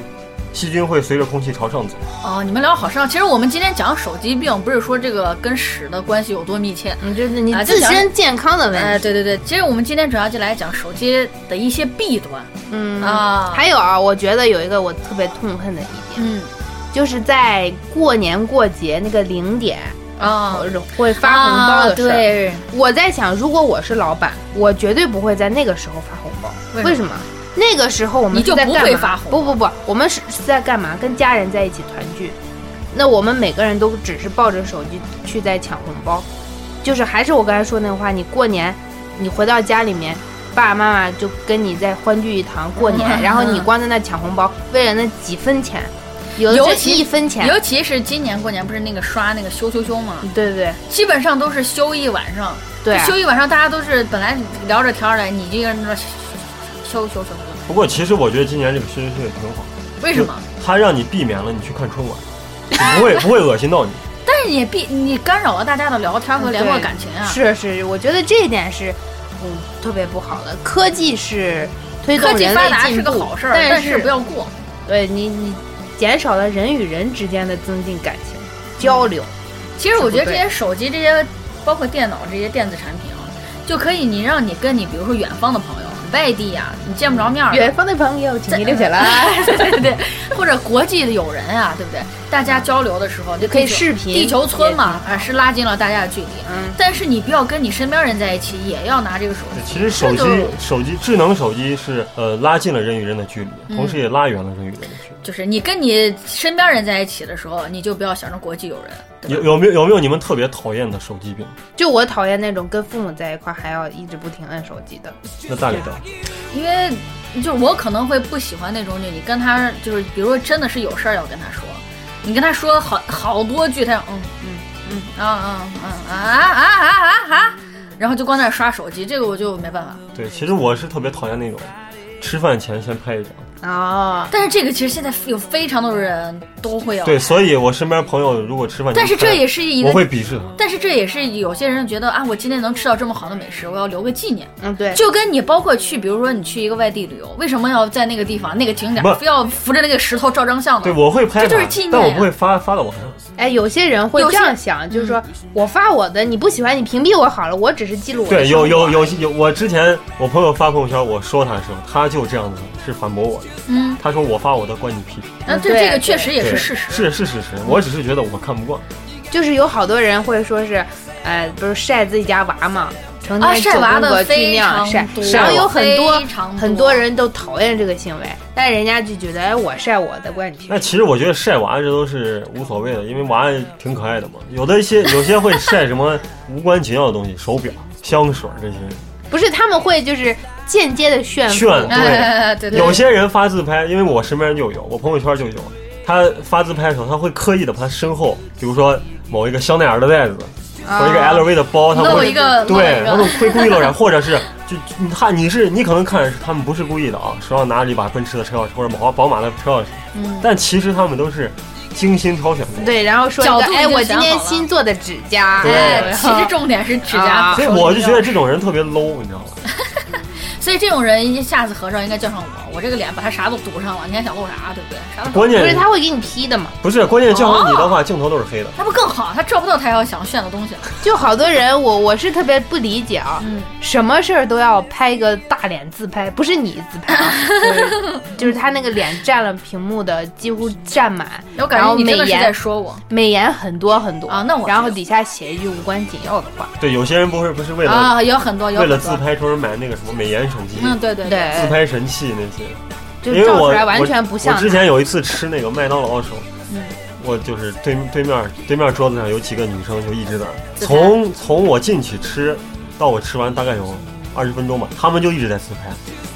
Speaker 5: 细菌会随着空气朝上走。
Speaker 2: 哦，你们聊好上。其实我们今天讲手机病，不是说这个跟屎的关系有多密切。
Speaker 4: 嗯，就是你
Speaker 2: 啊就
Speaker 4: 自
Speaker 2: 讲
Speaker 4: 身健康的问题。
Speaker 2: 哎，对对对，其实我们今天主要就来讲手机的一些弊端
Speaker 4: 嗯
Speaker 2: 啊，
Speaker 4: 还有啊，我觉得有一个我特别痛恨的一点，
Speaker 2: 嗯
Speaker 4: 就是在过年过节那个零点呃
Speaker 2: 啊
Speaker 4: 会发红包
Speaker 2: 啊
Speaker 4: 的事儿。
Speaker 2: 对，
Speaker 4: 我在想，如果我是老板，我绝对不会在那个时候发红包。
Speaker 2: 为什么
Speaker 4: 为什么？那个时候我们
Speaker 2: 你就是
Speaker 4: 在
Speaker 2: 不
Speaker 4: 干
Speaker 2: 会
Speaker 4: 嘛
Speaker 2: 发红
Speaker 4: 不不不，我们是是在干嘛？跟家人在一起团聚。那我们每个人都只是抱着手机去在抢红包，就是还是我刚才说那话，你过年，你回到家里面，爸爸妈妈就跟你在欢聚一堂过年，
Speaker 2: 嗯
Speaker 4: 然后你光在那抢红包，为了那几分钱，有的
Speaker 2: 尤
Speaker 4: 这
Speaker 2: 其
Speaker 4: 一分钱，
Speaker 2: 尤其是今年过年不是那个刷那个羞羞羞嘛，
Speaker 4: 对对
Speaker 2: 基本上都是休一晚上，
Speaker 4: 对，啊
Speaker 2: 休一晚上大家都是本来聊着天儿来，你一个人说休休休休，
Speaker 5: 不过其实我觉得今年这个休息也挺好，
Speaker 2: 为什么？
Speaker 5: 它让你避免了你去看春晚，不会不会恶心到你。
Speaker 2: 但是也必你干扰了大家的聊天和联络感情啊。
Speaker 4: 是是，我觉得这一点是嗯特别不好的。科技是推动
Speaker 2: 科技
Speaker 4: 人
Speaker 2: 发达
Speaker 4: 类
Speaker 2: 是
Speaker 4: 进
Speaker 2: 个
Speaker 4: 步，
Speaker 2: 好事儿，
Speaker 4: 但
Speaker 2: 但是不要过。
Speaker 4: 对你你减少了人与人之间的增进感情交流。
Speaker 2: 嗯其实我觉得这些手机、这些包括电脑这些电子产品啊，就可以你让你跟你比如说远方的朋友、外地呀、你见不着面儿的，
Speaker 4: 远方的朋友，请您留下 (laughs) 来。
Speaker 2: 对对对，或者国际的友人啊，对不对？大家交流的时候就
Speaker 4: 可以
Speaker 2: 地球
Speaker 4: 视频
Speaker 2: 地球村嘛，啊，是拉近了大家的距离。
Speaker 4: 嗯，
Speaker 2: 但是你不要跟你身边人在一起，也要拿这个手
Speaker 5: 对
Speaker 2: 机。
Speaker 5: (laughs) 其实手机
Speaker 2: 这就
Speaker 5: 手机智能手机是呃拉近了人与人的距离，
Speaker 2: 嗯
Speaker 5: 同时也拉远了人与人的距离。
Speaker 2: 就是你跟你身边人在一起的时候，你就不要想着国际友人，对吧
Speaker 5: 有有没有有没有你们特别讨厌的手机病？
Speaker 4: 就我讨厌那种跟父母在一块儿还要一直不停摁手机的。
Speaker 5: 那大理的，
Speaker 2: 因为就是我可能会不喜欢那种女，你跟她就是，比如说真的是有事儿要跟她说，你跟她说好好多句，她就嗯嗯嗯啊嗯嗯啊啊啊啊啊，然后就光在那刷手机，这个我就没办法。
Speaker 5: 对，其实我是特别讨厌那种吃饭前先拍一张。
Speaker 4: 哦，
Speaker 2: 但是这个其实现在有非常多的人都会有，
Speaker 5: 对，所以我身边朋友如果吃饭前拍，
Speaker 2: 但是这也是哦一
Speaker 5: 我
Speaker 2: 个，
Speaker 5: 会鄙视他。
Speaker 2: 但是这也是有些人觉得啊，我今天能吃到这么好的美食，我要留个纪念。
Speaker 4: 嗯，对，
Speaker 2: 就跟你包括去，比如说你去一个外地旅游，为什么要在那个地方那个景点
Speaker 5: 不
Speaker 2: 非要扶着那个石头照张相呢？
Speaker 5: 对，我会拍
Speaker 2: 这就
Speaker 5: 他
Speaker 2: 是纪念，
Speaker 5: 但我
Speaker 2: 呀
Speaker 5: 不会发发到网上。
Speaker 4: 哎，有些人会
Speaker 2: 有
Speaker 4: 这
Speaker 2: 些嗯
Speaker 4: 样想，就是说我发我的，你不喜欢你屏蔽我好了，我只是记录我的
Speaker 5: 对，有
Speaker 4: 生
Speaker 5: 有
Speaker 4: 活
Speaker 5: 有有，我之前我朋友发朋友圈，我说他的时候，他就这样子是反驳我的。
Speaker 2: 嗯，
Speaker 5: 他说我发我的关你屁事，
Speaker 2: 那这
Speaker 4: 对
Speaker 2: 这个确实也是
Speaker 5: 对
Speaker 2: 事实。
Speaker 5: 是是事实，我只是觉得我看不惯。
Speaker 4: 就是有好多人会说是，呃，不是晒自己家娃嘛，成
Speaker 2: 啊
Speaker 4: 天
Speaker 2: 晒
Speaker 4: 九
Speaker 2: 娃
Speaker 4: 宫
Speaker 2: 的
Speaker 4: 格去
Speaker 2: 非
Speaker 4: 那样
Speaker 2: 常
Speaker 4: 晒
Speaker 2: 多，
Speaker 4: 然后有很多
Speaker 2: 非常多
Speaker 4: 很多人都讨厌这个行为，但人家就觉得，哎，我晒我的关你屁
Speaker 5: 那其实我觉得晒娃这都是无所谓的，因为娃挺可爱的嘛。有的一些有些会晒什么无关紧要的东西，手表、香水这些。
Speaker 4: 不是他们会就是间接的炫富，
Speaker 5: 炫
Speaker 2: 哎哎哎哎对对，
Speaker 5: 有些人发自拍，因为我身边就有，我朋友圈就有，他发自拍的时候，他会刻意的把他身后，比如说某一个香奈儿的袋子，或者一个 LV 的包，他
Speaker 2: 露
Speaker 5: 会
Speaker 2: 啊一个露
Speaker 5: 对
Speaker 2: 一，
Speaker 5: 他
Speaker 2: 个
Speaker 5: 们会故意露脸，或者是就就他你是你可能看着是他们不是故意的啊，手上拿着一把奔驰的车钥匙或者宝宝马的车钥匙，
Speaker 2: 嗯
Speaker 5: 但其实他们都是精心挑选过的。
Speaker 4: 对，然后说一
Speaker 2: 角
Speaker 4: 个，
Speaker 2: 度
Speaker 4: 哎，
Speaker 2: 已经
Speaker 4: 我
Speaker 2: 想
Speaker 4: 今天
Speaker 2: 好了
Speaker 4: 新做的指甲，
Speaker 5: 对
Speaker 4: 哎
Speaker 2: 哎，其实重点是指甲
Speaker 4: 啊
Speaker 2: 和
Speaker 5: 所以
Speaker 2: 手机
Speaker 5: 我就觉得
Speaker 2: 用
Speaker 5: 这种人特别 low，你知道吗？
Speaker 2: 哎所以这种人下次合照应该叫上我，我这个脸把他啥都堵上了，你还想露啥，啊对不哦对？啥都
Speaker 5: 关
Speaker 4: (laughs) 不是
Speaker 5: 键
Speaker 4: 他会给你 P 的嘛？
Speaker 5: 不是关键，叫上你的话，镜头都是黑的。
Speaker 2: 那不更好？他照不到他要想炫的东西了。
Speaker 4: 就好多人，我我是特别不理解啊，
Speaker 2: 嗯
Speaker 4: 什么事儿都要拍个大脸自拍，不是你自
Speaker 2: (laughs)
Speaker 4: 拍啊，就是就是他那个脸占了屏幕的几乎占满，
Speaker 2: 我感
Speaker 4: 然
Speaker 2: 觉
Speaker 4: 后
Speaker 2: 你
Speaker 4: 美
Speaker 2: 真的是在
Speaker 4: 颜
Speaker 2: 说我。
Speaker 4: 美颜很多很多
Speaker 2: 啊那我
Speaker 4: 然后
Speaker 2: 知道
Speaker 4: 底下写一句无关紧要的话，
Speaker 5: 对，有些人不是不是为了
Speaker 2: 啊，有很多，有
Speaker 5: 为
Speaker 2: 很
Speaker 5: 了
Speaker 2: 多。
Speaker 5: 自拍专门买那个什么美颜手机，
Speaker 2: 嗯，对对对，
Speaker 5: 自
Speaker 4: 对，
Speaker 5: 拍神器那些。因
Speaker 4: 就
Speaker 5: 为
Speaker 4: 照
Speaker 5: 我
Speaker 4: 出来完全不像
Speaker 5: 我。我之前有一次吃那个麦当劳的时候，
Speaker 2: 嗯
Speaker 5: 我就是对对面对面桌子上有几个女生就一直在那儿，从从我进去吃到我吃完大概有二十分钟吧，她们就一直在自拍，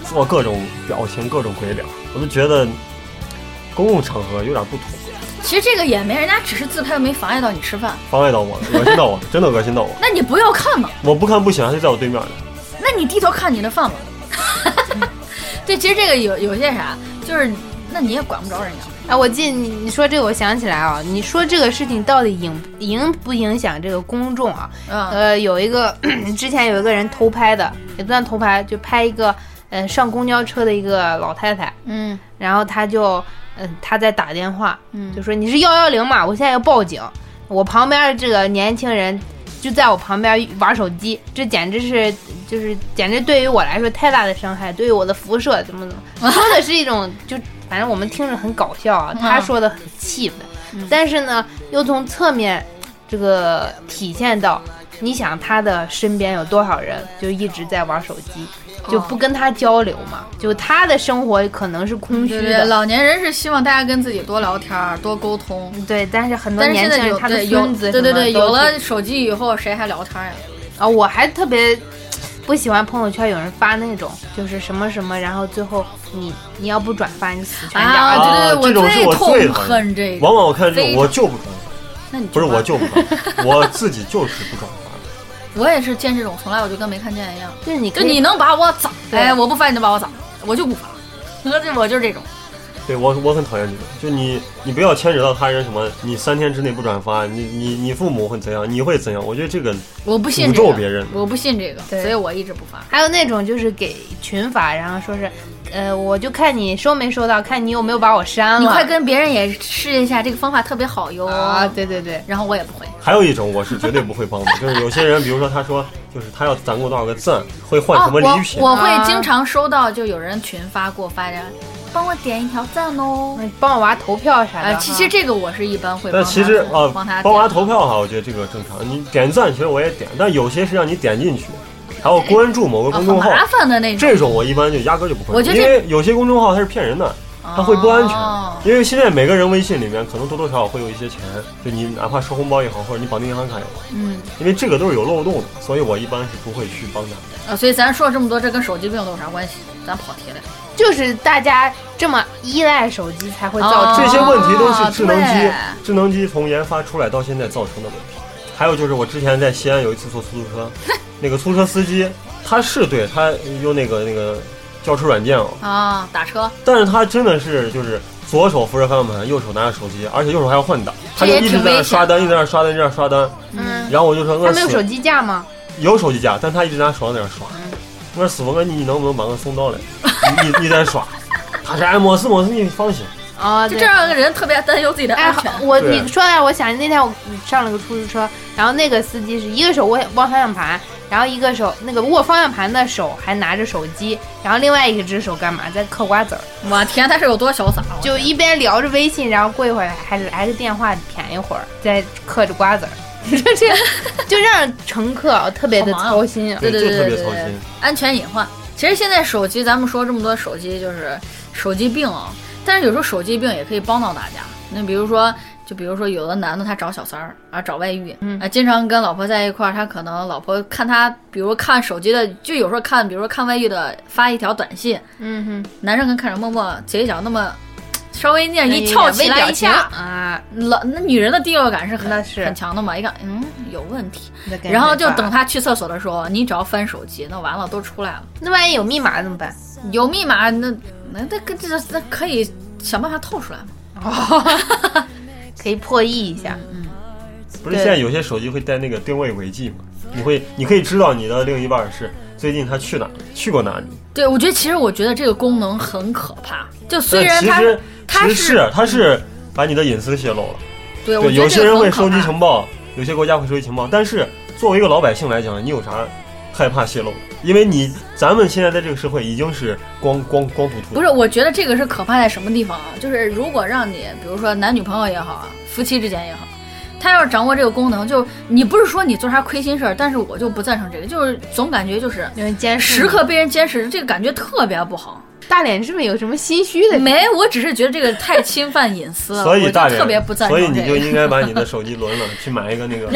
Speaker 5: 做各种表情、各种鬼脸，我就觉得公共场合有点不妥，
Speaker 2: 其实这个也没，人家只是自拍没妨碍到你吃饭，
Speaker 5: 妨碍到我了，恶心到我了，真的恶心到我。
Speaker 2: 那你不要看嘛，
Speaker 5: 我不看不行，她就在我对面呢。
Speaker 2: (laughs) 那你低头看你的饭嘛。对，其实这个有有些啥，就是那你也管不着人家。
Speaker 4: 啊，我记你你说这个，我想起来啊，你说这个事情到底影影不影响这个公众啊？
Speaker 2: 嗯
Speaker 4: 呃，有一个 (clears throat) 之前有一个人偷拍的，也不算偷拍，就拍一个呃上公交车的一个老太太，
Speaker 2: 嗯
Speaker 4: 然后他就嗯、他在打电话，
Speaker 2: 嗯
Speaker 4: 就说你是幺幺零嘛，我现在要报警，我旁边这个年轻人就在我旁边玩手机，这简直是就是简直对于我来说太大的伤害，对于我的辐射怎么怎
Speaker 2: (laughs)
Speaker 4: 么，说的是一种就反正我们听着很搞笑啊，
Speaker 2: 嗯
Speaker 4: 他说的很气愤，但是呢又从侧面这个体现到。你想他的身边有多少人就一直在玩手机，就
Speaker 2: 哦
Speaker 4: 不跟他交流嘛？就他的生活可能是空虚
Speaker 2: 嗯对
Speaker 4: 的，
Speaker 2: 对，老年人是希望大家跟自己多聊天儿，多沟通。
Speaker 4: 嗯对，但是很多
Speaker 2: 但是
Speaker 4: 年
Speaker 2: 现
Speaker 4: 轻
Speaker 2: 在
Speaker 4: 人
Speaker 2: 有
Speaker 4: 他的
Speaker 2: 对有
Speaker 4: 孙子
Speaker 2: 对对
Speaker 4: 什么
Speaker 2: 对，
Speaker 4: 都
Speaker 2: 有
Speaker 4: 是
Speaker 2: 了手机以后，谁还聊天儿呀？
Speaker 4: 啊，我还特别不喜欢朋友圈有人发那种就是什么什么，然后最后你你要不转发你死全家。
Speaker 5: 啊
Speaker 2: 对对
Speaker 5: 这种是
Speaker 2: 对，
Speaker 5: 我最
Speaker 2: 痛
Speaker 5: 讨厌
Speaker 2: 恨这个。
Speaker 5: 往往我看这
Speaker 2: 非
Speaker 5: 种
Speaker 2: 常
Speaker 5: 我就不转
Speaker 2: 那你
Speaker 5: 发，不是
Speaker 2: 转
Speaker 5: 我就不转
Speaker 2: (laughs)
Speaker 5: 发，我自己就是不转发。
Speaker 2: 我也是见这种，从来我就跟没看见一样。
Speaker 4: 就是你
Speaker 2: 就
Speaker 4: 跟
Speaker 2: 你能把我咋？
Speaker 4: 对
Speaker 2: 哎，我不发你能把我咋？我就不发， (laughs) 这我就是这种。
Speaker 5: 对我我很讨厌这种，就你你不要牵扯到他人什么，你三天之内不转发，你你你父母会怎样，你会怎样？我觉得这个
Speaker 2: 我不
Speaker 5: 诅
Speaker 2: 信这
Speaker 5: 咒
Speaker 2: 个，
Speaker 5: 别人
Speaker 2: 我不信这个，
Speaker 4: 对
Speaker 2: 所以我一直不发。
Speaker 4: 还有那种就是给群发，然后说是，呃，我就看你收没收到，看你有没有把我删了。
Speaker 2: 你快跟别人也试一下，这个方法特别好哟。
Speaker 4: 啊！对对对，
Speaker 2: 然后我也不会，
Speaker 5: 还有一种我是绝对不会帮的，就是有些人，比如说他说，就是他要攒够多少个赞，会换什么礼品。
Speaker 2: 哦我我
Speaker 4: 啊
Speaker 2: 会经常收到，就有人群发给我发的，帮我点一条赞哦。
Speaker 4: 那你嗯帮我娃投票啥的
Speaker 2: 呃，
Speaker 4: 哈。
Speaker 2: 其实这个我是一般会帮
Speaker 5: 但
Speaker 2: 他
Speaker 5: 其实啊，
Speaker 2: 帮他
Speaker 5: 帮娃
Speaker 2: 点
Speaker 5: 投票哈，我觉得这个正常。你点赞其实我也点，但有些是让你点进去，还有关注某个公
Speaker 2: 啊很
Speaker 5: 众号，
Speaker 2: 麻烦的那种。
Speaker 5: 这种我一般就压根儿就不会。
Speaker 2: 我觉得
Speaker 5: 因
Speaker 2: 这哦
Speaker 5: 为有些公众号它是骗人的，它会不安全。因为现在每个人微信里面可能多多少少会有一些钱，就你哪怕收红包也好，或者你绑定银行卡也好，
Speaker 2: 嗯，
Speaker 5: 因为这个都是有漏洞的，所以我一般是不会去帮他。
Speaker 2: 啊，所以咱说了这么多，这跟手机病都有啥关系？咱跑题了。
Speaker 4: 就是大家这么依赖手机才会造
Speaker 2: 哦
Speaker 4: 成
Speaker 5: 这些问题都是智能机
Speaker 2: 对
Speaker 5: 智能机从研发出来到现在造成的问题。还有就是我之前在西安有一次坐出租车，那个出租车司机他是对他用那个那个叫车软件哦，
Speaker 2: 啊，打车，
Speaker 5: 但是他真的是就是左手扶着方向盘，右手拿着手机，而且右手还要换挡，他就一直在那刷单，一直在那刷单，一直在那刷单。
Speaker 4: 嗯，
Speaker 5: 然后我就说
Speaker 4: 他
Speaker 5: 我
Speaker 4: 们有
Speaker 5: 死
Speaker 4: 手机架吗？
Speaker 5: 有手机架，但他一直拿手在那刷。我说死我哥，你你能不能把我送到来？你你你在刷？他说哎，没事没事，你放心。
Speaker 4: 啊，
Speaker 2: 就
Speaker 4: 对
Speaker 2: 这样的人特别担忧自己的
Speaker 4: (laughs) 哎
Speaker 2: 安全。，
Speaker 4: 我
Speaker 5: 对
Speaker 4: 你说的，我想那天我上了个出租车，然后那个司机是一个手握握方向盘，然后一个手那个握方向盘的手还拿着手机，然后另外一只手干嘛在嗑瓜子儿，
Speaker 2: 我天，他是有多潇洒？啊我
Speaker 4: 就一边聊着微信，然后过一会儿还来个电话谝一会儿，再嗑着瓜子儿， (laughs) 这这就让乘客啊特别的
Speaker 2: 好忙啊
Speaker 4: 操心啊。
Speaker 2: 对对
Speaker 5: 这
Speaker 2: 对
Speaker 5: 个
Speaker 2: 对
Speaker 5: 特别
Speaker 2: 对对
Speaker 5: 操
Speaker 2: 对
Speaker 5: 心，
Speaker 2: 安全隐患。其实现在手机，咱们说这么多手机，就是手机病啊、但是有时候手机病也可以帮到大家。那比如说，就比如说有的男的他找小三儿啊，找外遇，
Speaker 4: 嗯
Speaker 2: 啊，经常跟老婆在一块儿，他可能老婆看他，比如看手机的，就有时候看，比如说看外遇的发一条短信，
Speaker 4: 嗯
Speaker 2: 男生跟看着默默嘴角那么稍微那样
Speaker 4: 哼，
Speaker 2: 哎一翘起来一下，
Speaker 4: 啊，
Speaker 2: 老那女人的第六感是很
Speaker 4: 那是
Speaker 2: 很强的嘛，一看嗯有问题，然后就等。他去厕所的时候，你只要翻手机，那完了都出来了，
Speaker 4: 那万一有密码怎么办？
Speaker 2: 有密码那那那跟这那可以想办法透出来嘛。
Speaker 4: 可以破译一下。
Speaker 2: 嗯
Speaker 5: 不是
Speaker 4: 对
Speaker 5: 现在有些手机会带那个定位轨迹吗？你会，你可以知道你的另一半是最近他去哪，去过哪里。
Speaker 2: 对，我觉得其实我觉得这个功能很可怕，就虽
Speaker 5: 但
Speaker 2: 然
Speaker 5: 其
Speaker 2: 它
Speaker 5: 实
Speaker 2: 它
Speaker 5: 其实
Speaker 2: 是
Speaker 5: 是他是把你的隐私泄露了。
Speaker 2: 对，我
Speaker 5: 对，
Speaker 2: 觉
Speaker 5: 有
Speaker 2: 得这
Speaker 5: 些
Speaker 2: 个
Speaker 5: 人
Speaker 2: 很
Speaker 5: 会
Speaker 2: 可
Speaker 5: 收集
Speaker 2: 怕。
Speaker 5: 情报，有些国家会收集情报，但是作为一个老百姓来讲，你有啥害怕泄露？因为你咱们现在在这个社会已经是光光光秃秃。
Speaker 2: 不是，，我觉得这个是可怕在什么地方啊？就是如果让你，比如说男女朋友也好啊，夫妻之间也好，他要是掌握这个功能，就你不是说你做啥亏心事儿，但是我就不赞成这个，就是总感觉就是
Speaker 4: 有人监视你
Speaker 2: 时刻被人监视，这个感觉特别不好。
Speaker 4: 大脸是不是有什么心虚的？
Speaker 2: 没，我只是觉得这个太侵犯隐私了，
Speaker 5: 所以
Speaker 2: 我
Speaker 5: 大
Speaker 2: 就
Speaker 5: 人，
Speaker 2: 特别不赞成
Speaker 5: 所以
Speaker 2: 这个。
Speaker 5: 你就应该把你的手机轮了，去买一个那
Speaker 2: (laughs)
Speaker 5: 个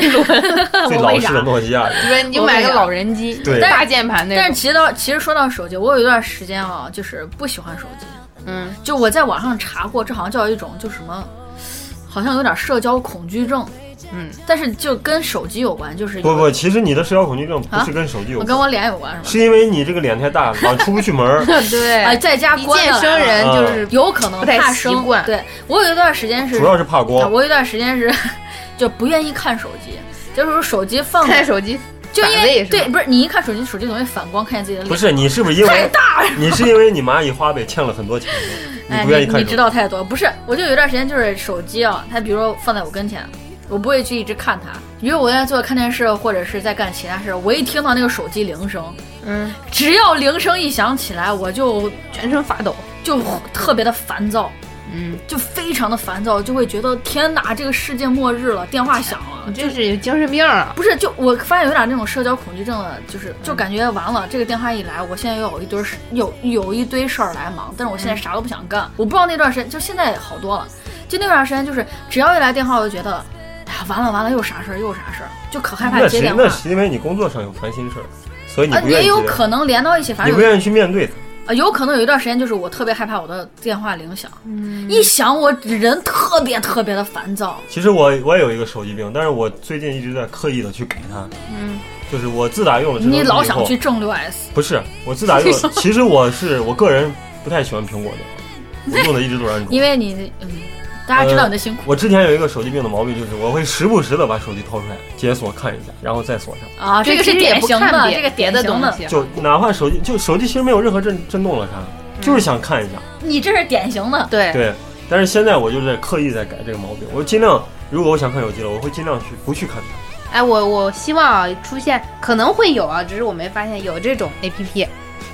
Speaker 5: 最老式的诺基亚的。
Speaker 4: 不是，你就
Speaker 2: 我
Speaker 4: 买个
Speaker 2: 也
Speaker 4: 老人机，
Speaker 5: 对
Speaker 4: 大键盘那
Speaker 2: 但是
Speaker 4: 种。
Speaker 2: 其实到其实说到手机，我有一段时间啊，就是不喜欢手机。
Speaker 4: 嗯，
Speaker 2: 就我在网上查过，这好像叫一种就什么，好像有点社交恐惧症，
Speaker 4: 嗯，
Speaker 2: 但是就跟手机有关，就是
Speaker 5: 不
Speaker 2: 有
Speaker 5: 不，其实你的社交恐惧症不
Speaker 2: 啊
Speaker 5: 是跟手机有
Speaker 2: 我
Speaker 5: 关，
Speaker 2: 跟我脸有关是吧？
Speaker 5: 是因为你这个脸太大，老出不去门
Speaker 2: (laughs)
Speaker 5: 儿
Speaker 4: 对，
Speaker 2: 哎，在家
Speaker 4: 啊一
Speaker 2: 关
Speaker 4: 见
Speaker 2: 着
Speaker 4: 生
Speaker 2: 来了
Speaker 4: 人
Speaker 5: 啊
Speaker 4: 就是
Speaker 2: 有可能
Speaker 4: 不太
Speaker 2: 怕
Speaker 4: 习
Speaker 2: 生
Speaker 4: 惯
Speaker 2: 对我有一段时间是
Speaker 5: 主要是怕
Speaker 2: 啊
Speaker 5: 光。
Speaker 2: 我有一段时间是 (laughs) 就不愿意看手机，就是说手机放
Speaker 4: 看
Speaker 2: 着，
Speaker 4: 手机，
Speaker 2: 就因
Speaker 4: 反胃
Speaker 2: 为
Speaker 4: 是吧
Speaker 2: 对，不是你一看手机，手机总会反光，看见自己的脸。
Speaker 5: 不是你是不是因
Speaker 2: 太
Speaker 5: 为
Speaker 2: 大了，
Speaker 5: 你是因为你蚂蚁花呗欠了很多钱，你
Speaker 2: 哎，
Speaker 5: 不愿意
Speaker 2: 你
Speaker 5: 看
Speaker 2: 你
Speaker 5: 手
Speaker 2: 知
Speaker 5: 机？
Speaker 2: 道太多，不是，我就有一段时间就是手机啊，它比如说放在我跟前，我不会去一直看它，比如我在做看电视或者是在干其他事，我一听到那个手机铃声，
Speaker 4: 嗯，
Speaker 2: 只要铃声一响起来，我就
Speaker 4: 全身发抖，
Speaker 2: 就特别的烦躁，
Speaker 4: 嗯，
Speaker 2: 就非常的烦躁，就会觉得天哪，这个世界末日了，电话响
Speaker 5: 嗯
Speaker 2: 了，
Speaker 4: 你这是有精神病啊，
Speaker 2: 不是，就我发现有点那种社交恐惧症了，就是就感觉完了，这个电话一来，我现在又有一堆事，有有一堆事儿来忙，但是我现在啥都不想干。我不知道那段时间，就现在好多了，就那段时间就是只要一来电话，我就觉得，哎呀，完了完了，又啥事儿又啥事儿，就可害怕
Speaker 5: 那
Speaker 2: 接
Speaker 5: 是
Speaker 2: 电话
Speaker 5: 那。是因为你工作上有烦心事儿，所以你
Speaker 2: 啊，
Speaker 5: 不愿
Speaker 2: 也
Speaker 5: 意
Speaker 2: 有
Speaker 5: 接嗯
Speaker 2: 可能连到一起，反
Speaker 5: 你
Speaker 2: 正
Speaker 5: 不
Speaker 2: 有
Speaker 5: 愿意去面对它。
Speaker 2: 啊，有可能有一段时间就是我特别害怕我的电话铃响，
Speaker 4: 嗯
Speaker 2: 一响我人特别特别的烦躁。
Speaker 5: 其实我我也有一个手机病，但是我最近一直在刻意的去改它。
Speaker 4: 嗯，
Speaker 5: 就是我自打用了智能
Speaker 2: 你
Speaker 5: 手机
Speaker 2: 老
Speaker 5: 以
Speaker 2: 想
Speaker 5: 后
Speaker 2: 去正六 S，
Speaker 5: 不是，我自打
Speaker 2: (laughs)
Speaker 5: 用了，其实我是我个人不太喜欢苹果的，我用的一直都是
Speaker 2: (laughs)
Speaker 5: 安卓
Speaker 2: 因。为你嗯，大家知
Speaker 5: 呃
Speaker 2: 道你的辛苦
Speaker 5: 我之前有一个手机病的毛病，就是我会时不时的把手机掏出来解锁看一下，然后再锁上。
Speaker 2: 啊，这个
Speaker 4: 其
Speaker 2: 是
Speaker 4: 实也
Speaker 2: 典
Speaker 4: 不
Speaker 2: 型
Speaker 4: 看
Speaker 2: 的，
Speaker 4: 别
Speaker 2: 这个
Speaker 4: 别
Speaker 2: 典
Speaker 4: 的
Speaker 2: 型
Speaker 4: 东
Speaker 2: 的，
Speaker 4: 西，
Speaker 5: 就哪怕手机，就手机其实没有任何震震动了
Speaker 2: 嗯
Speaker 5: 啥，就是想看一下。
Speaker 2: 你这是典型的。
Speaker 4: 对，
Speaker 5: 对，但是现在我就在刻意在改这个毛病，我尽量，如果我想看手机了，我会尽量去不去看它。
Speaker 4: 哎，我我希望啊出现可能会有啊，只是我没发现有这种 A P P，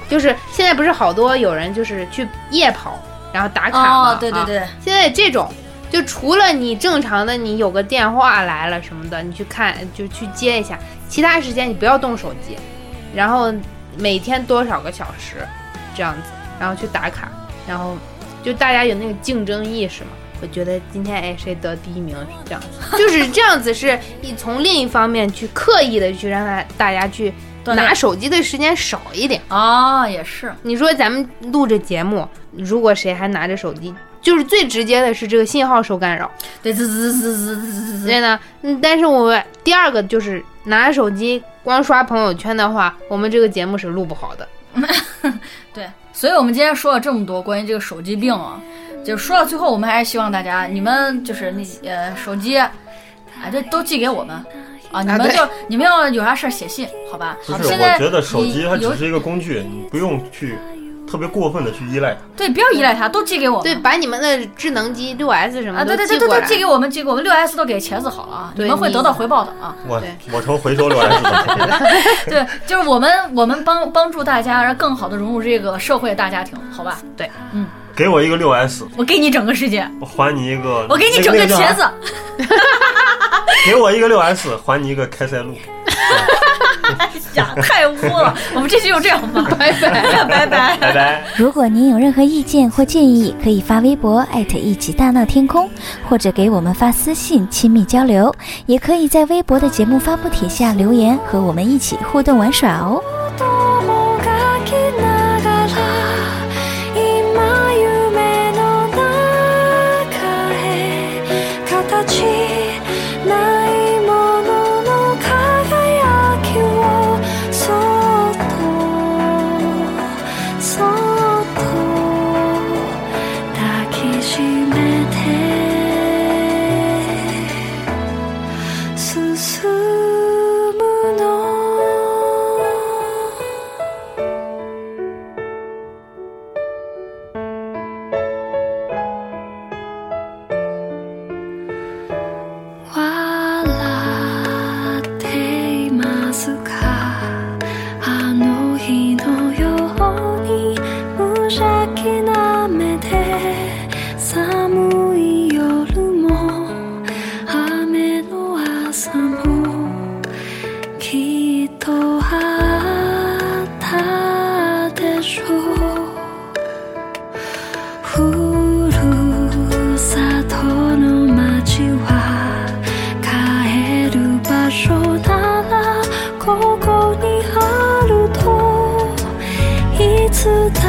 Speaker 4: 就是现在不是好多有人就是去夜跑，然后打卡嘛，
Speaker 2: 哦，对对
Speaker 4: 啊
Speaker 2: 对，
Speaker 4: 现在这种，就除了你正常的，你有个电话来了什么的，你去看就去接一下，其他时间你不要动手机，然后每天多少个小时这样子，然后去打卡，然后就大家有那个竞争意识嘛。我觉得今天哎谁得第一名是这样子，就是这样子是一从另一方面去刻意的去让大大家去
Speaker 2: 锻炼
Speaker 4: 拿手机的时间少一点。
Speaker 2: 哦，也是，
Speaker 4: 你说咱们录这节目，如果谁还拿着手机，就是最直接的是这个信号受干扰。
Speaker 2: 对，滋滋滋滋滋滋滋
Speaker 4: 所以呢，嗯但是我们第二个就是拿着手机光刷朋友圈的话，我们这个节目是录不好的。
Speaker 2: 对。所以我们今天说了这么多关于这个手机病啊，就说到最后，我们还是希望大家，你们就是那些呃手机，啊，这都寄给我们啊，你
Speaker 4: 啊
Speaker 2: 们
Speaker 4: 对
Speaker 2: 就你们要有啥事儿写信，好吧？
Speaker 5: 不
Speaker 2: 好，
Speaker 5: 是，
Speaker 2: 现
Speaker 5: 我
Speaker 2: 在
Speaker 5: 觉得手
Speaker 2: 你
Speaker 5: 机它
Speaker 2: 有
Speaker 5: 只是一个工具，你不用去特别过分的去依赖它。
Speaker 2: 对，不要依赖它，都寄给我
Speaker 4: 对，
Speaker 2: 们。
Speaker 4: 把你们的智能机、六 S 什么
Speaker 2: 哦啊，对对
Speaker 4: 的寄
Speaker 2: 对对
Speaker 4: 过
Speaker 2: 对，
Speaker 4: 来。
Speaker 2: 寄给我们，寄给我们六 S 都给茄子好了啊，你
Speaker 4: 对
Speaker 2: 们会
Speaker 4: 你
Speaker 2: 得到回报的啊。
Speaker 5: 我
Speaker 4: 对
Speaker 5: 我成回收六 S 的了，
Speaker 2: (laughs) 对，就是我们我们帮帮助大家，让更好的融入这个社会大家庭，好吧？
Speaker 5: (laughs) 给我一个六 S，
Speaker 2: 我给你整个世界，
Speaker 5: 我还你一个。
Speaker 2: 我给你
Speaker 5: 那
Speaker 2: 整
Speaker 5: 那
Speaker 2: 个
Speaker 5: 叫啥
Speaker 2: 茄子，
Speaker 5: 给我一个六 S，还你一个开塞露。
Speaker 2: 呀，太污了！我们这期就这样吧，拜拜 (laughs) 拜拜。
Speaker 5: 拜拜。
Speaker 3: 如果您有任何意见或建议，可以发微博艾特一起大闹天空，或者给我们发私信亲密交流，也可以在微博的节目发布帖下留言，和我们一起互动玩耍哦。
Speaker 6: 「ないものの輝きをそっとそっと抱きしめて」「進むの」「笑っていますか」「あの日のように無邪気な目で」「寒い夜も雨の朝もきっとあったでしょう」ふるさとの街は帰る場所ならここにあるといつだ